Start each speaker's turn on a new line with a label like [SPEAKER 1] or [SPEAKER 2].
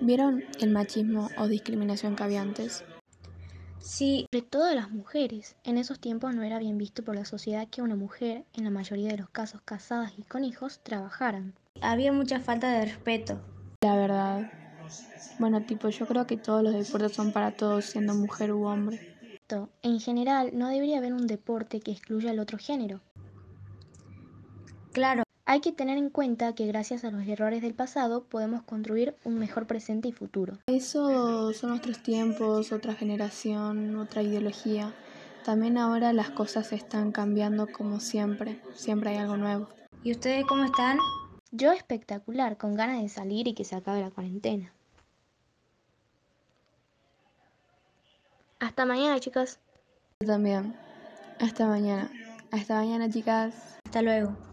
[SPEAKER 1] ¿Vieron el machismo o discriminación que había antes?
[SPEAKER 2] Sí, sobre todo de las mujeres. En esos tiempos no era bien visto por la sociedad que una mujer, en la mayoría de los casos casadas y con hijos, trabajaran.
[SPEAKER 3] Había mucha falta de respeto.
[SPEAKER 1] La verdad. Bueno, tipo, yo creo que todos los deportes son para todos, siendo mujer u hombre.
[SPEAKER 2] En general, no debería haber un deporte que excluya al otro género.
[SPEAKER 3] Claro,
[SPEAKER 2] Hay que tener en cuenta que gracias a los errores del pasado podemos construir un mejor presente y futuro.
[SPEAKER 1] Eso son otros tiempos, otra generación, otra ideología. También ahora las cosas están cambiando como siempre, siempre hay algo nuevo.
[SPEAKER 3] ¿y ustedes cómo están?
[SPEAKER 2] Yo espectacular, con ganas de salir y que se acabe la cuarentena. Hasta mañana, chicas.
[SPEAKER 1] Yo también. Hasta mañana. Hasta mañana, chicas.
[SPEAKER 3] Hasta luego.